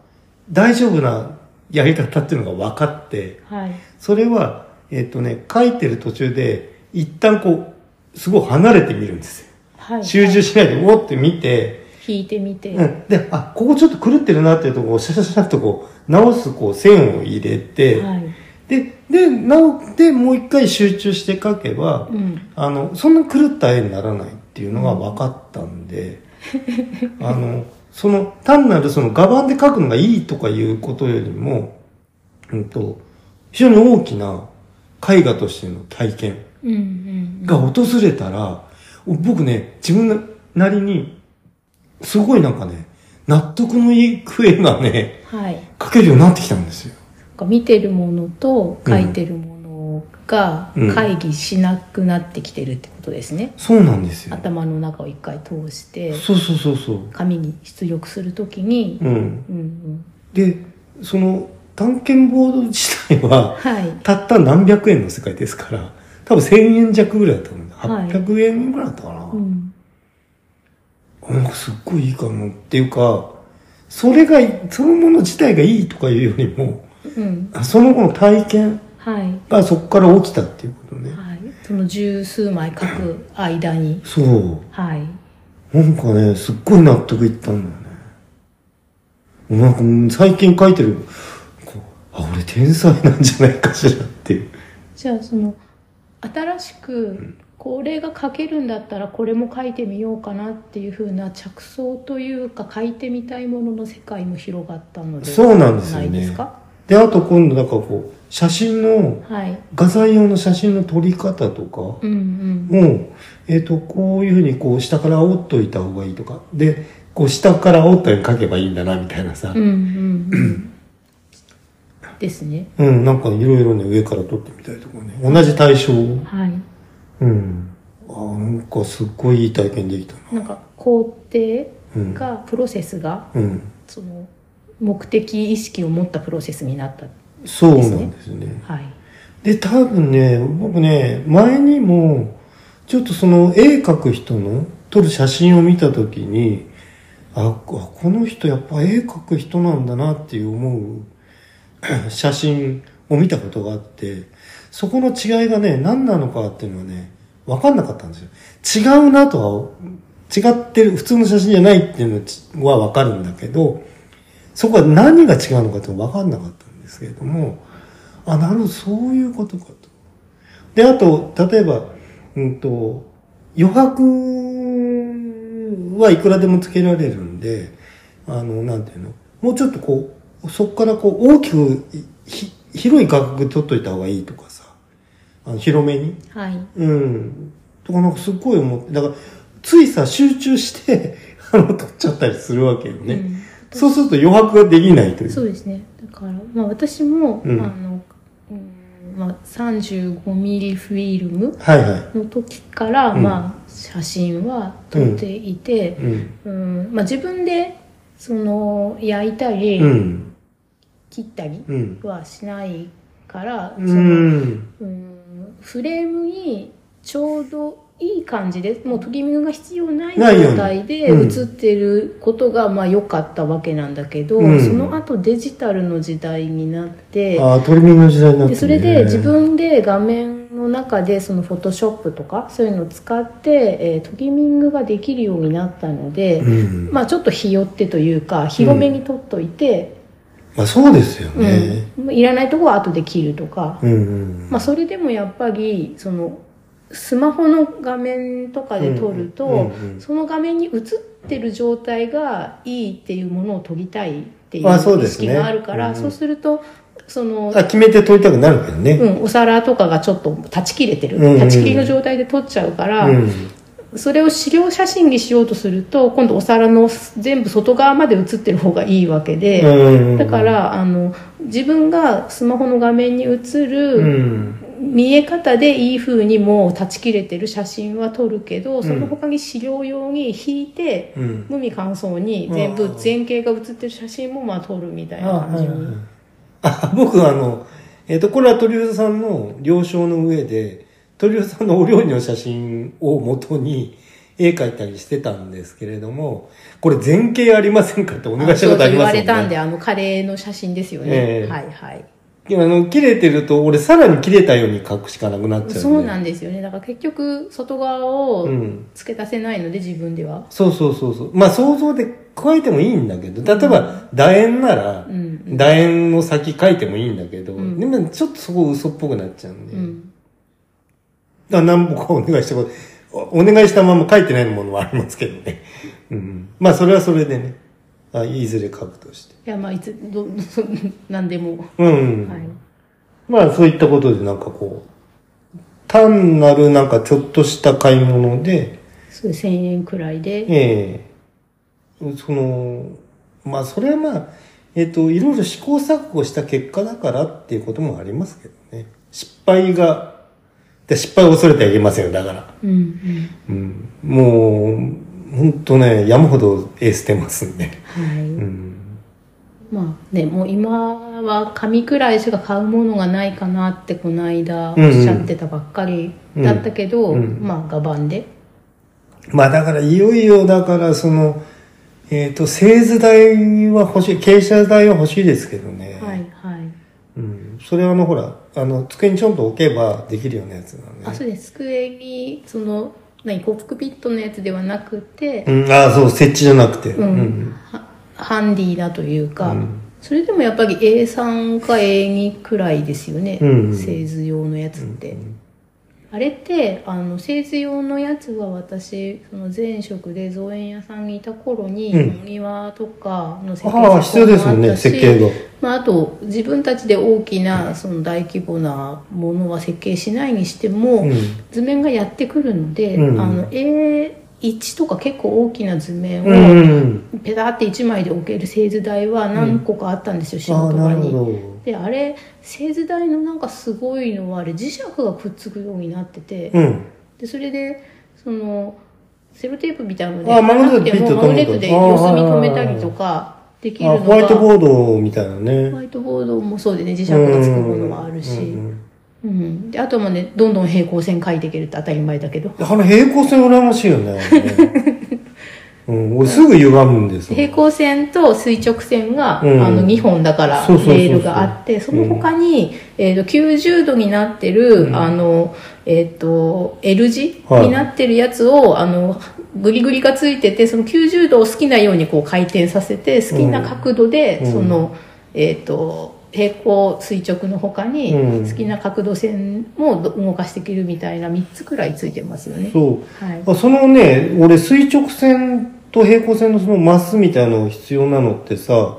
Speaker 1: 大丈夫なやり方っていうのが分かって、
Speaker 2: はい
Speaker 1: それは、えっ、とね、書いてる途中で、一旦こう、すごい離れてみるんですよ。
Speaker 2: はい
Speaker 1: 集中
Speaker 2: し
Speaker 1: しないで、おーって見て、
Speaker 2: 引いてみて、
Speaker 1: うん。で、あ、ここちょっと狂ってるなっていうとこを、シャシャシャシャっとこう、直すこう、線を入れて、
Speaker 2: はい
Speaker 1: で、で、直ってもう一回集中して書けば、
Speaker 2: うん
Speaker 1: あの、そんな狂った絵にならないっていうのが分かったんで、あの、その、単なるその画板で書くのがいいとかいうことよりも、うんと、非常に大きな絵画としての体験
Speaker 2: うんうん
Speaker 1: が訪れたら、僕ね、自分なりに、すごいなんかね、納得のいく絵がね、
Speaker 2: はい
Speaker 1: 描けるようになってきたんですよ。
Speaker 2: なんか見てるものと書いてるものが
Speaker 1: うん
Speaker 2: 会議しなくなってきてるってことですね、
Speaker 1: そうなんですよ。
Speaker 2: 頭の中を一回通して
Speaker 1: そうそうそうそう。
Speaker 2: 紙に出力するときに、
Speaker 1: うん。
Speaker 2: うんうん、
Speaker 1: でその探検ボード自体は
Speaker 2: はい
Speaker 1: たった何百円の世界ですから多分1000円弱ぐらいだったので
Speaker 2: はい
Speaker 1: 800円ぐらいだったかな、
Speaker 2: うん、
Speaker 1: あなんかすっごいいいかもっていうかそれがそのもの自体がいいとかいうよりも
Speaker 2: うん
Speaker 1: あその後の体験
Speaker 2: はい
Speaker 1: がそこから起きたっていうことね
Speaker 2: はいその十数枚書く間に
Speaker 1: そう
Speaker 2: はい
Speaker 1: なんかね、すっごい納得いったんだよね。なんかもう最近書いてる、こうあ、俺天才なんじゃないかしらっていう。
Speaker 2: じゃあその新しくこれが書けるんだったらこれも書いてみようかなっていうふうな着想というか書いてみたいものの世界も広がったので
Speaker 1: そうなんですよ
Speaker 2: な
Speaker 1: ね
Speaker 2: いですか
Speaker 1: で、あと今度なんかこう、写真の、
Speaker 2: はい
Speaker 1: 画材用の写真の撮り方とかを、
Speaker 2: うんうん
Speaker 1: えっ、と、こういうふうにこう下から煽っといた方がいいとか、で、こう下から煽ったように書けばいいんだなみたいなさ
Speaker 2: うんう、んうんですね
Speaker 1: うん、なんかいろいろね、上から撮ってみたいとかね、同じ対象を。
Speaker 2: はい
Speaker 1: うん。あ、なんかすっごいいい体験できたな。
Speaker 2: なんか工程
Speaker 1: うん。
Speaker 2: がプロセスが
Speaker 1: うん。
Speaker 2: その目的意識を持ったプロセスになった
Speaker 1: そうなんですね。
Speaker 2: はい
Speaker 1: で、多分ね、僕ね、前にも、ちょっとその絵描く人の撮る写真を見たときに、あ、あこの人やっぱ絵描く人なんだなっていう思う <clears throat> 写真を見たことがあって、そこの違いがね、何なのかっていうのはね、わかんなかったんですよ。違うなとは、違ってる、普通の写真じゃないっていうのはわかるんだけど、そこは何が違うのかっていうのはわかんなかったんですけれども、あ、なるほど、そういうことかと。で、あと、例えば、うんと、余白はいくらでもつけられるんで、あの、なんていうの、もうちょっとこう、そこからこう、大きくい、ひ広い画角取っといた方がいいとかさ、あの広めに。
Speaker 2: はい
Speaker 1: うん。とかなんかすっごい思って、だから、ついさ、集中して、 <laughs> あの、撮っちゃったりするわけよね。
Speaker 2: うん
Speaker 1: そうすると余白ができないという。
Speaker 2: そうですねだから、まあ、私も、
Speaker 1: うん
Speaker 2: あのうんまあ、35ミリフィルム
Speaker 1: はいは
Speaker 2: の時から、
Speaker 1: うん
Speaker 2: まあ、写真は撮っていて
Speaker 1: い。、うん。
Speaker 2: うんまあ、自分でその焼いたり、
Speaker 1: うん。
Speaker 2: 切ったり
Speaker 1: うん。
Speaker 2: はしないから、
Speaker 1: う
Speaker 2: その
Speaker 1: ん。
Speaker 2: うんフレームにちょうどいい感じでもうトリミングが必要ない
Speaker 1: ないように
Speaker 2: 状態で
Speaker 1: うん
Speaker 2: 映ってることがまあ良かったわけなんだけど、
Speaker 1: うん
Speaker 2: その後デジタルの時代になって、
Speaker 1: ああ、トリミングの時代になって、ね、
Speaker 2: でそれで自分で画面の中でそのフォトショップとかそういうのを使って、えートリミングができるようになったので、
Speaker 1: うん、ま
Speaker 2: まあちょっと日よってというか広めに撮っといて、
Speaker 1: あそうですよ
Speaker 2: うん
Speaker 1: ね。
Speaker 2: まあいらないとこは後で切るとか、
Speaker 1: うん。うん
Speaker 2: まあ、それでもやっぱりそのスマホの画面とかで撮ると、
Speaker 1: うんうんうん
Speaker 2: その画面に映ってる状態がいいっていうものを撮りたいっていう
Speaker 1: あそう
Speaker 2: 意
Speaker 1: ですね
Speaker 2: 識があるから、
Speaker 1: うん
Speaker 2: そうするとその、
Speaker 1: あ決めて撮りたくなるけど
Speaker 2: う
Speaker 1: ね。
Speaker 2: ん、お皿とかがちょっと断ち切れてる、
Speaker 1: うんうんうん
Speaker 2: 断ち切りの状態で撮っちゃうから、
Speaker 1: うん。
Speaker 2: それを資料写真にしようとすると今度お皿の全部外側まで映ってる方がいいわけで、
Speaker 1: うん
Speaker 2: だか、らあの自分がスマホの画面に映る、
Speaker 1: うん。
Speaker 2: 見え方でいい風にもう断ち切れてる写真は撮るけどその他に資料用に引いて、
Speaker 1: うん。
Speaker 2: 無味乾燥に全
Speaker 1: う
Speaker 2: 部
Speaker 1: ん
Speaker 2: 前景が写ってる写真もまあ撮るみたい
Speaker 1: あ
Speaker 2: な
Speaker 1: は
Speaker 2: 感
Speaker 1: い
Speaker 2: じ
Speaker 1: はい
Speaker 2: に
Speaker 1: あ、僕あの、えっ、と、これは鳥肌さんの了承の上で、鳥肌さんのお料理の写真を元に、絵描いたりしてたんですけれども、これ前景ありませんかってお願いしたことあり
Speaker 2: 言
Speaker 1: ま
Speaker 2: わ
Speaker 1: すよね。
Speaker 2: れたんであのカレーの写真ですよね、
Speaker 1: ええ
Speaker 2: はいはい
Speaker 1: いやあの、切れてると、俺さらに切れたように描くしかなくなっちゃうんで。
Speaker 2: そうなんですよねだから結局外側を
Speaker 1: うん
Speaker 2: 付け出せないので自分では、
Speaker 1: そうそうそうそう。まあ想像で加えてもいいんだけど、例えば楕円なら
Speaker 2: う、ん
Speaker 1: 楕円の先書いてもいいんだけど、
Speaker 2: うん
Speaker 1: でもちょっとそこ嘘っぽくなっちゃうんで、
Speaker 2: う
Speaker 1: だか
Speaker 2: ん、
Speaker 1: ら何本かお願いしたこと、おお願いしたまま書いてないものはありますけどね。うん、まあそれはそれでね、あいずれ書くとして。
Speaker 2: いやまあいつど <laughs> 何でも、
Speaker 1: うんうん、
Speaker 2: はい、
Speaker 1: まあそういったことでなんかこう、単なるなんかちょっとした買い物で、
Speaker 2: そう1000円くらいで、
Speaker 1: ええその、まあ、それはまあ、えっ、と、いろいろ試行錯誤した結果だからっていうこともありますけどね。失敗が、で失敗を恐れてはいけませんよ、だから。
Speaker 2: うんうん
Speaker 1: うん、もう、ほんとね、山ほど絵捨てますんで。
Speaker 2: はい、
Speaker 1: うん。
Speaker 2: まあね、もう今は紙くらいしか買うものがないかなってこの間お
Speaker 1: うんうん
Speaker 2: っしゃってたばっかりだったけど、
Speaker 1: うん
Speaker 2: まあ我慢で
Speaker 1: まあだからいよいよだからその、えっ、と、製図台は欲しい、傾斜台は欲しいですけどね。
Speaker 2: はいはい
Speaker 1: うん。それはあのほら、あの、机にちょんと置けばできるようなやつなんで。
Speaker 2: あそうです机にその何コックピットのやつではなくて、
Speaker 1: うん、ああ、そう、設置じゃなくて。
Speaker 2: うんはハンディだというか、
Speaker 1: うん
Speaker 2: それでもやっぱり A3 か A2 くらいですよね、
Speaker 1: うん
Speaker 2: 製図用のやつって、
Speaker 1: うん
Speaker 2: あれってあの製図用のやつは私その前職で造園屋さんにいた頃に、
Speaker 1: うん
Speaker 2: お庭とかの設計
Speaker 1: ああ、必要ですもん
Speaker 2: もあ
Speaker 1: ね、
Speaker 2: ったし
Speaker 1: 設計が。
Speaker 2: まあ、あと自分たちで大きなその大規模なものは設計しないにしても、
Speaker 1: うん
Speaker 2: 図面がやってくるので、
Speaker 1: うん
Speaker 2: あの A1 とか結構大きな図面
Speaker 1: うん
Speaker 2: を
Speaker 1: うん。
Speaker 2: ペタって1枚で置ける製図台は何個かあったんですよ、仕
Speaker 1: ああ、
Speaker 2: 事場
Speaker 1: なる
Speaker 2: に。
Speaker 1: ほ
Speaker 2: であれ製図台のなんかすごいのはあれ磁石がくっつくようになってて、
Speaker 1: ど。うん。
Speaker 2: でそれでそのセロテープみたいなの
Speaker 1: あ
Speaker 2: で
Speaker 1: マグネットで
Speaker 2: 貼ら
Speaker 1: ピッと
Speaker 2: なくてもマグネットで四隅
Speaker 1: 止
Speaker 2: 止
Speaker 1: め
Speaker 2: め
Speaker 1: た
Speaker 2: た
Speaker 1: り
Speaker 2: りとかできる
Speaker 1: あ
Speaker 2: のが
Speaker 1: ホワイトボードみたいなね
Speaker 2: ホ。ワイトボードもそうでね磁石がつくものはあるし、
Speaker 1: うんうん
Speaker 2: うん、であともねどんどん平行線書いていけるって当たり前だけど
Speaker 1: あの平行線羨ましいよね。
Speaker 2: <laughs>
Speaker 1: うん、俺すぐ歪むんですよ。
Speaker 2: 平行線と垂直線が、
Speaker 1: うん
Speaker 2: あの2本だから
Speaker 1: そうそうそうそう
Speaker 2: レールがあってその他に、えー、と90度になってる、あのえっ、と L 字
Speaker 1: はい
Speaker 2: になってるやつを、あのグリグリがついててその90度を好きなようにこう回転させて好きな角度で、
Speaker 1: うん
Speaker 2: そのえっ、と平行垂直の他に、
Speaker 1: うん
Speaker 2: 好きな角度線も動かしていけるみたいな3つくらいついてますよね。
Speaker 1: そ
Speaker 2: はい、
Speaker 1: う。あそのね、俺垂直線と平行線のそのマスみたいなの必要なのってさ、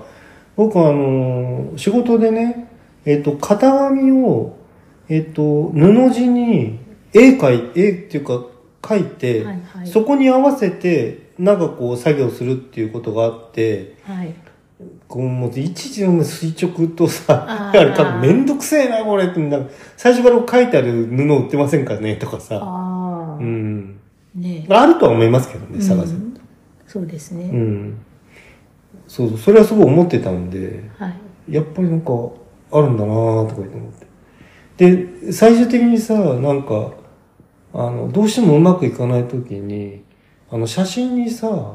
Speaker 1: 僕あのー仕事でね、えっ、と、型紙を、えっ、と、布地に絵描い、絵っていうか書いて、
Speaker 2: はいはい
Speaker 1: そこに合わせて、なんかこう作業するっていうことがあって、
Speaker 2: はい
Speaker 1: こうもういちいち垂直とさ、
Speaker 2: あ
Speaker 1: あ
Speaker 2: ー
Speaker 1: れからめんどくせえな、これって、なんか最初から書いてある布売ってませんかねとかさ。
Speaker 2: ああ、
Speaker 1: うん。
Speaker 2: ね
Speaker 1: あるとは思いますけど
Speaker 2: う
Speaker 1: ね、
Speaker 2: ん
Speaker 1: 探せば。
Speaker 2: そうですね、
Speaker 1: うん。そうそう、それはすごい思ってたんで、
Speaker 2: はい
Speaker 1: やっぱりなんか、あるんだなーとか言って思って。で、最終的にさ、なんか、あの、どうしてもうまくいかないときに、あの、写真にさ、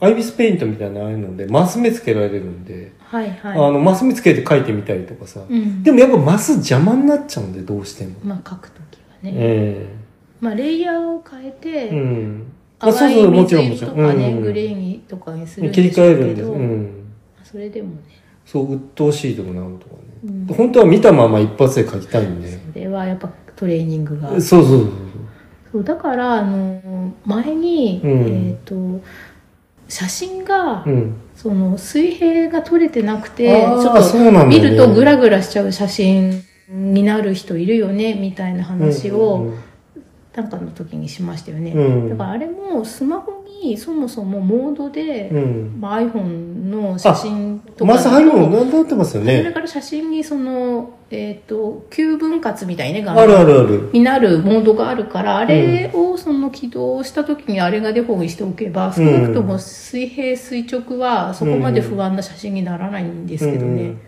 Speaker 1: アイビスペイントみたいなのああいうので、マス目つけられるんで、
Speaker 2: はいはい
Speaker 1: あの、マス目つけて書いてみたりとかさ。
Speaker 2: うん、
Speaker 1: でもやっぱマス邪魔になっちゃうんで、どうしても。
Speaker 2: まあ書くときはね、
Speaker 1: え
Speaker 2: まあレイヤーを変えて、
Speaker 1: えうん。まあ
Speaker 2: 淡い水色とかね、
Speaker 1: うん
Speaker 2: グレーにとかにするん
Speaker 1: 切り
Speaker 2: でし
Speaker 1: 替
Speaker 2: ょ
Speaker 1: え
Speaker 2: う
Speaker 1: る
Speaker 2: け
Speaker 1: んです。
Speaker 2: ど、
Speaker 1: うん。
Speaker 2: それでもね
Speaker 1: そう、鬱陶しいとかなんとかね。
Speaker 2: うん
Speaker 1: 本当は見たまま一発で書きたいんで。
Speaker 2: それはやっぱトレーニングが
Speaker 1: そうそうそう
Speaker 2: そうだからあの前に、
Speaker 1: うん
Speaker 2: えっ、と写真が、
Speaker 1: そう。うん。
Speaker 2: その水平が取れてなくてち
Speaker 1: あー
Speaker 2: ょっと
Speaker 1: そうなんだ
Speaker 2: 見
Speaker 1: よね
Speaker 2: るとグラグラしちゃう写真になる人いるよねみたいな話を、なんかの時にしましたよね、
Speaker 1: うん
Speaker 2: だからあれもスマホにそもそもモード
Speaker 1: う
Speaker 2: で、
Speaker 1: ん。
Speaker 2: まあ、iPhone の写真
Speaker 1: う
Speaker 2: と
Speaker 1: ん。
Speaker 2: か
Speaker 1: マス入るもん
Speaker 2: だ
Speaker 1: な
Speaker 2: と
Speaker 1: んだってますよ
Speaker 2: それ
Speaker 1: ね。
Speaker 2: から写真にその、えっと9分割みたいね画
Speaker 1: ある
Speaker 2: 面
Speaker 1: あるある。
Speaker 2: になるモードがあるからあれをその起動した時にあれがデフォにしておけば少なくとも水平垂直はそこまで不安な写真にならないんですけど
Speaker 1: う
Speaker 2: ね
Speaker 1: ん、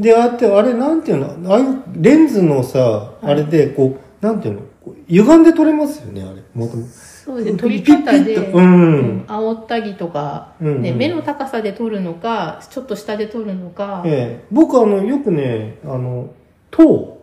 Speaker 1: で、あって、あれ、なんていうのああいうレンズのさ、
Speaker 2: い
Speaker 1: あれで、こう、なんていうのこう歪んで撮れますよね、あれ。もともと
Speaker 2: そうですね撮り方
Speaker 1: ピッピ
Speaker 2: で、
Speaker 1: ッピッとうん。
Speaker 2: 煽ったりとか、
Speaker 1: うん
Speaker 2: ね、
Speaker 1: うん
Speaker 2: 目の高さで撮るのかちょっと下で撮るのか、
Speaker 1: ええ。僕、あの、よくね、あの、塔を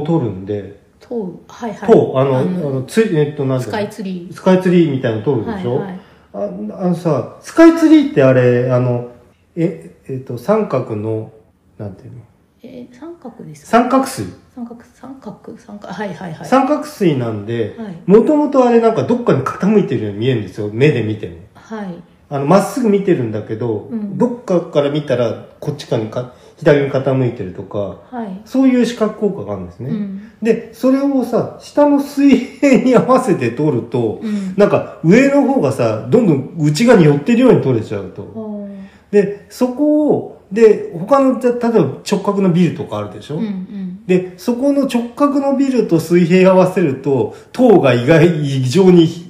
Speaker 1: 撮るんで、
Speaker 2: 問うはいはい
Speaker 1: 塔、あの、あの、つい、えっと、なんて
Speaker 2: ス
Speaker 1: いう
Speaker 2: カイ
Speaker 1: の
Speaker 2: ツリ
Speaker 1: スカイツリーみたいなの撮
Speaker 2: ー
Speaker 1: るでしょ、
Speaker 2: はいはい、
Speaker 1: ああのさ、スカイツリーってあれ、あの、え、えっと、三角の、なんていうの
Speaker 2: えー三角ですか
Speaker 1: 三角錐、
Speaker 2: 三角三角三角はいはいはい
Speaker 1: 三角錐なんで、
Speaker 2: はい
Speaker 1: もともとあれなんかどっかに傾いてるように見えるんですよ。目で見ても。
Speaker 2: はい
Speaker 1: あの、まっすぐ見てるんだけど、
Speaker 2: うん
Speaker 1: どっかから見たら、こっちかにか、左に傾いてるとか、
Speaker 2: はい、
Speaker 1: そういう視覚効果があるんですね。
Speaker 2: うん
Speaker 1: で、それをさ、下の水平に合わせて撮ると、
Speaker 2: うん
Speaker 1: なんか上の方がさ、どんどん内側に寄ってるように撮れちゃうと。で、そこを、で、他の、じゃ例えば直角のビルとかあるでしょ、
Speaker 2: うんうん
Speaker 1: で、そこの直角のビルと水平合わせると、塔が意外、異常にひ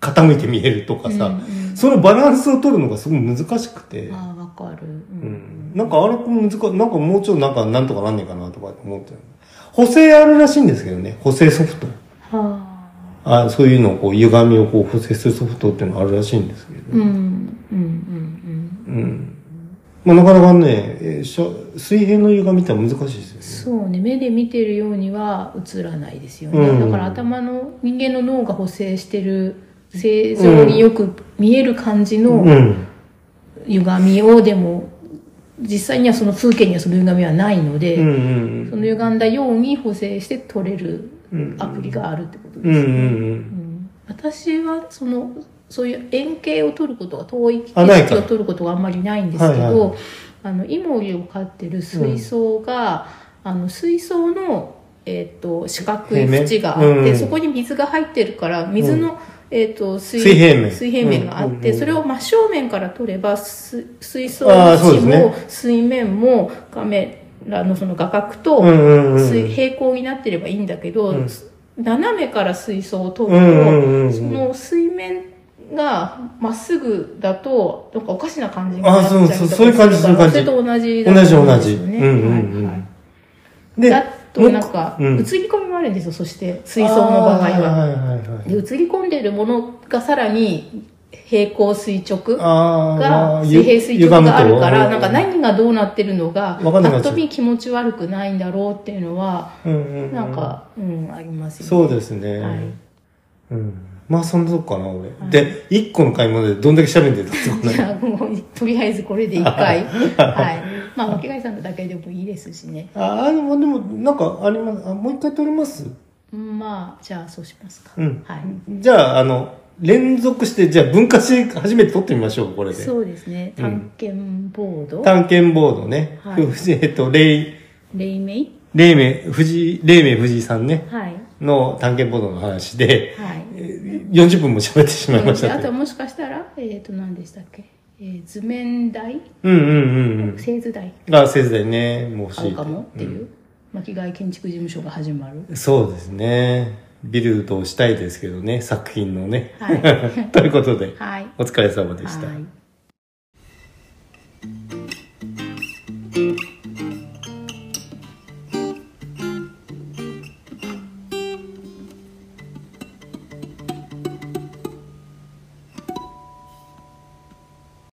Speaker 1: 傾いて見えるとか
Speaker 2: うん
Speaker 1: さ、
Speaker 2: うん
Speaker 1: そのバランスを取るのがすごい難しくて、
Speaker 2: ああわかる、う
Speaker 1: うん。なんかあれ難か、なんかもうちょっとなんかなんとかなんねえかなとか思ってる補正あるらしいんですけどね、補正ソフト。
Speaker 2: はあ
Speaker 1: あそういうのをこう歪みをこう補正するソフトっていうのがあるらしいんですけど、
Speaker 2: うんうんうん
Speaker 1: うんまあ、なかなかね、えーしゃ水平の歪みってのは難しいで
Speaker 2: うん
Speaker 1: すよね
Speaker 2: そうね目で見てるようには映らないですよね、
Speaker 1: うん
Speaker 2: だから頭の人間の脳が補正してる正常によく見える感じの、
Speaker 1: うん
Speaker 2: 歪みをでも実際にはその風景にはその歪みはないので、
Speaker 1: うんうん
Speaker 2: その歪んだように補正して取れる
Speaker 1: うん
Speaker 2: アプリがあるってこと
Speaker 1: うんう
Speaker 2: で
Speaker 1: ん
Speaker 2: す
Speaker 1: う
Speaker 2: よね、
Speaker 1: ん
Speaker 2: うん私はそのそういう円形を取ることが遠い景
Speaker 1: あないか
Speaker 2: 色を取ることがあんまりないんですけど
Speaker 1: はいは
Speaker 2: あのイモリを飼ってる水槽が、あの水槽の、えー、と四角い縁があ
Speaker 1: 平
Speaker 2: っ
Speaker 1: 面
Speaker 2: て、
Speaker 1: うん
Speaker 2: そこに水が入ってるから水の、えー、と水
Speaker 1: 水平面
Speaker 2: 水平面があって、
Speaker 1: うんうんうん
Speaker 2: それを真正面から取れば水水槽
Speaker 1: あー
Speaker 2: の
Speaker 1: そうです
Speaker 2: 位置
Speaker 1: ね
Speaker 2: も、水面もカメラのその画角と、
Speaker 1: うんうんうん
Speaker 2: 水平行になってればいいんだけど、
Speaker 1: うん
Speaker 2: 斜めから水槽を取る
Speaker 1: う
Speaker 2: と、
Speaker 1: んうんうん
Speaker 2: その水面がまっすぐだとなんかおかしな感じに
Speaker 1: あ
Speaker 2: なっちゃ
Speaker 1: そううそうそういう感じ
Speaker 2: だから
Speaker 1: そういう感じ
Speaker 2: それと同じ
Speaker 1: 同じ
Speaker 2: と思
Speaker 1: 同
Speaker 2: うんです
Speaker 1: じ、
Speaker 2: よね
Speaker 1: うんうんうん、
Speaker 2: はいはい
Speaker 1: で
Speaker 2: だとなんか映
Speaker 1: うん
Speaker 2: り込みもあるんですよそして水槽の場合
Speaker 1: あーい
Speaker 2: は。
Speaker 1: はいはいはい
Speaker 2: で映り込んでいるものがさらに平行垂直
Speaker 1: あーま
Speaker 2: が
Speaker 1: あ
Speaker 2: 水平垂直があるから、
Speaker 1: ゆ
Speaker 2: なんか何がどうなってるのが、
Speaker 1: わかんなく
Speaker 2: ぱ
Speaker 1: なっ
Speaker 2: っ
Speaker 1: ちゃう
Speaker 2: と見気持ち悪くないんだろうっていうのは、
Speaker 1: うんうんうん
Speaker 2: なんか、うん、ありますよね。
Speaker 1: そうですね、
Speaker 2: はい
Speaker 1: うん、まあそんなとこかな俺、
Speaker 2: はい
Speaker 1: で1個の買い物でどんだけ喋ってたってこと
Speaker 2: じ
Speaker 1: ね
Speaker 2: ゃあ、もう、とりあえずこれで
Speaker 1: <laughs>
Speaker 2: 一回。はい。まあ、巻貝さんのだけでもいいですしね。
Speaker 1: ああでもでもなんかありますあもう一回撮ります
Speaker 2: うんまあ、じゃあ、そうしますか。
Speaker 1: うん
Speaker 2: はい。
Speaker 1: じゃああの連続してじゃあ分割して初めて撮ってみましょうこれで
Speaker 2: そうですね。探検ボード。
Speaker 1: 探検ボードね、
Speaker 2: はい
Speaker 1: 藤井えっとレイ
Speaker 2: レイメイ。
Speaker 1: 黎明藤井黎明藤井さんね
Speaker 2: はい。
Speaker 1: の探検ボードの話で
Speaker 2: はい。
Speaker 1: えー40分も喋ってしまいまし
Speaker 2: で
Speaker 1: た
Speaker 2: あ
Speaker 1: けど
Speaker 2: と、もしかしたら、えっと、何でしたっけ。えー図面台
Speaker 1: うんうんうん
Speaker 2: 製図台
Speaker 1: うんがせずでねもう欲
Speaker 2: 買
Speaker 1: しいう
Speaker 2: かもっていう。巻貝建築事務所が始まる。
Speaker 1: そうですね。ビルドをしたいですけどね、作品のね。
Speaker 2: はい。
Speaker 1: <laughs> ということで、
Speaker 2: はい。
Speaker 1: お疲れ様でした。
Speaker 2: はい。